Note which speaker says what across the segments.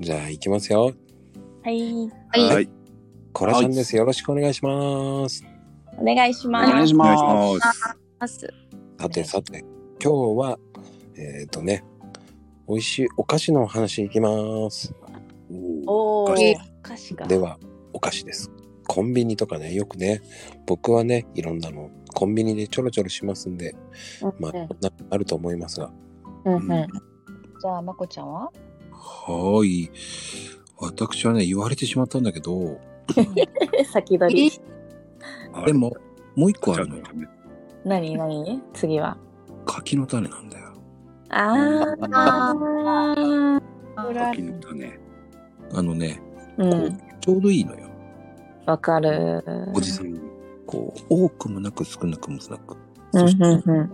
Speaker 1: じゃあ、いきますよ。
Speaker 2: はい。
Speaker 3: はい。
Speaker 4: はい。
Speaker 1: コラさんです。よろしくお願いします。
Speaker 2: お願いし
Speaker 3: お
Speaker 2: ます。
Speaker 3: 願いし
Speaker 4: お願い
Speaker 3: ま
Speaker 4: します。
Speaker 2: ます。
Speaker 1: さてさて、今日は、えっ、とね、美味しいお菓子のお話いきます。
Speaker 2: お
Speaker 4: お菓
Speaker 2: ー
Speaker 4: 子、
Speaker 2: 歌詞が。
Speaker 1: では、お菓子です。コンビニとかね、よくね、僕はね、いろんなの、コンビニでちょろちょろしますんで、まあ、
Speaker 2: うん
Speaker 1: こんなのあると思いますが。
Speaker 2: うん
Speaker 4: うん
Speaker 2: うん
Speaker 5: じゃあ、まこちゃんは
Speaker 3: はい。私はね、言われてしまったんだけど、
Speaker 2: 先取り。
Speaker 3: でも、もう一個あ
Speaker 4: じゃあ
Speaker 3: るのよ。
Speaker 2: 何何次は。
Speaker 3: 柿の種なんだよ。
Speaker 2: あー。
Speaker 4: 柿の種。
Speaker 3: あのね、
Speaker 2: う
Speaker 3: こ
Speaker 2: ん。
Speaker 3: う、ちょうどいいのよ。
Speaker 2: わかる。
Speaker 3: おじさん。こう、多くもなく少なくもなく。
Speaker 2: う
Speaker 3: そし
Speaker 2: ん
Speaker 3: て、
Speaker 2: うんうん。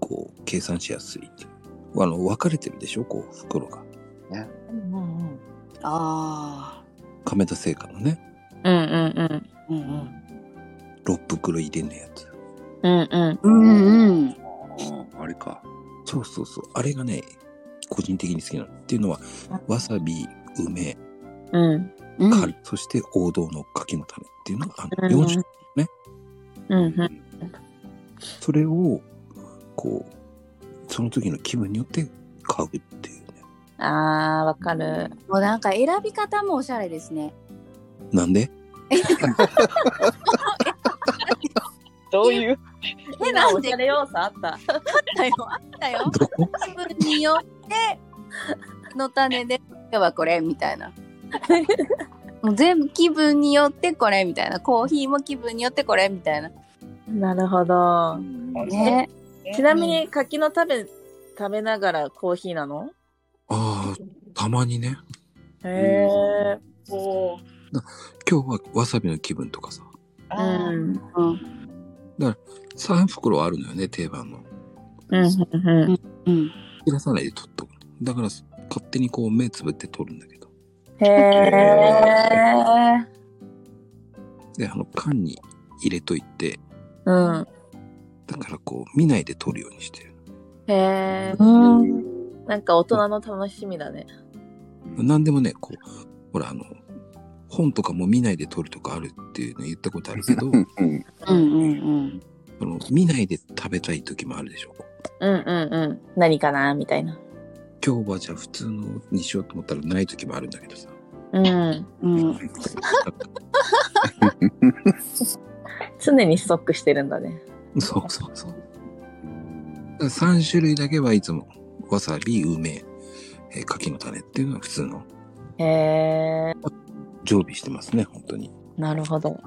Speaker 3: こう、計算しやすいっていう。あの、分かれてるでしょこう、袋が。
Speaker 5: うんうんうん。
Speaker 6: あ
Speaker 3: 亀田製菓のね、
Speaker 2: うんうん
Speaker 6: あ。うんうん。
Speaker 3: 6袋入れんのやつ。
Speaker 2: うんうん
Speaker 6: うんうん。
Speaker 4: ああ、あれか。
Speaker 3: そうそうそう。あれがね、個人的に好きなの。っていうのは、わさび、梅、
Speaker 2: うんうん
Speaker 6: う
Speaker 3: カ
Speaker 6: ん
Speaker 3: リ、そして王道の柿の種っていうのが、あの、
Speaker 2: うん
Speaker 3: 4種。
Speaker 2: うんうん
Speaker 3: それを、こう、その時の気分によって買うっていうね。
Speaker 2: あーわかる
Speaker 6: もうなんか選び方もおしゃれですね。
Speaker 3: なんで
Speaker 5: どういう
Speaker 6: え、なん
Speaker 2: おし
Speaker 6: で
Speaker 2: ゃれ要素あった
Speaker 6: だよ、あったよ。
Speaker 3: どこ
Speaker 6: 気分によっての種で今日はこれみたいな。 もう全部気分によってこれみたいな。コーヒーも気分によってこれみたいな。
Speaker 2: なるほど
Speaker 6: ね。
Speaker 2: ちなみに柿の食べ食べながらコーヒーなの
Speaker 3: ああ、たまにね。
Speaker 2: へえお
Speaker 3: 今日はわさびの気分とかさ。
Speaker 2: う
Speaker 5: あ
Speaker 2: ん
Speaker 6: うん。
Speaker 3: 3袋あるのよね、定番の。
Speaker 2: うんうん
Speaker 6: うん。
Speaker 3: 切らさないで取っとく。だから、勝手にこう目つぶって取るんだけど。
Speaker 2: うんへえ
Speaker 3: で、あの、缶に入れといて、
Speaker 2: うん
Speaker 3: だからこう、見ないで取るようにしてる。
Speaker 2: へえ
Speaker 4: うん。
Speaker 2: なんか大人の楽しみだね
Speaker 3: なんでもね、こう、ほら、あの、本とかも見ないで取るとかあるっていうの言ったことあるけど、
Speaker 4: うん。
Speaker 6: うんうん
Speaker 3: その見ないで食べたい時もあるでしょ。
Speaker 2: うんうんうん何かなみたいな
Speaker 3: 今日はじゃあ普通のにしようと思ったらない時もあるんだけどさ。
Speaker 2: うん
Speaker 6: うん。うん。
Speaker 2: 常にストックしてるんだね
Speaker 3: そうそうそう。3種類だけはいつも、わさび、梅、えー柿の種っていうのは普通の
Speaker 2: へえ
Speaker 3: 常備してますね、本当に。
Speaker 2: なるほど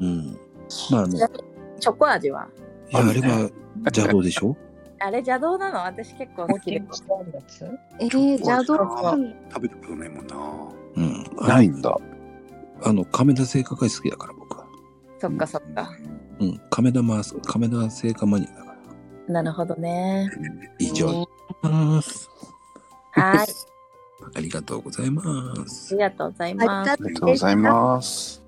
Speaker 3: うん。まあね、い
Speaker 2: ち
Speaker 3: や
Speaker 2: なみにチョコ味は
Speaker 3: あれは邪道でしょ
Speaker 2: あれ邪道なの私結構好きで
Speaker 5: してあるやつ
Speaker 6: えー、邪道
Speaker 4: 食べたことないもんな。
Speaker 3: うん。あ
Speaker 4: ないんだ。
Speaker 3: あの、亀田製菓会好きだから僕は。
Speaker 2: そっかそっか。
Speaker 3: うん。亀田マース、亀田製菓マニアだから。
Speaker 2: なるほどね
Speaker 3: 以上になります。
Speaker 2: はいあ
Speaker 3: ありがとうございます。
Speaker 2: りがとうございます
Speaker 4: ありがとうございます。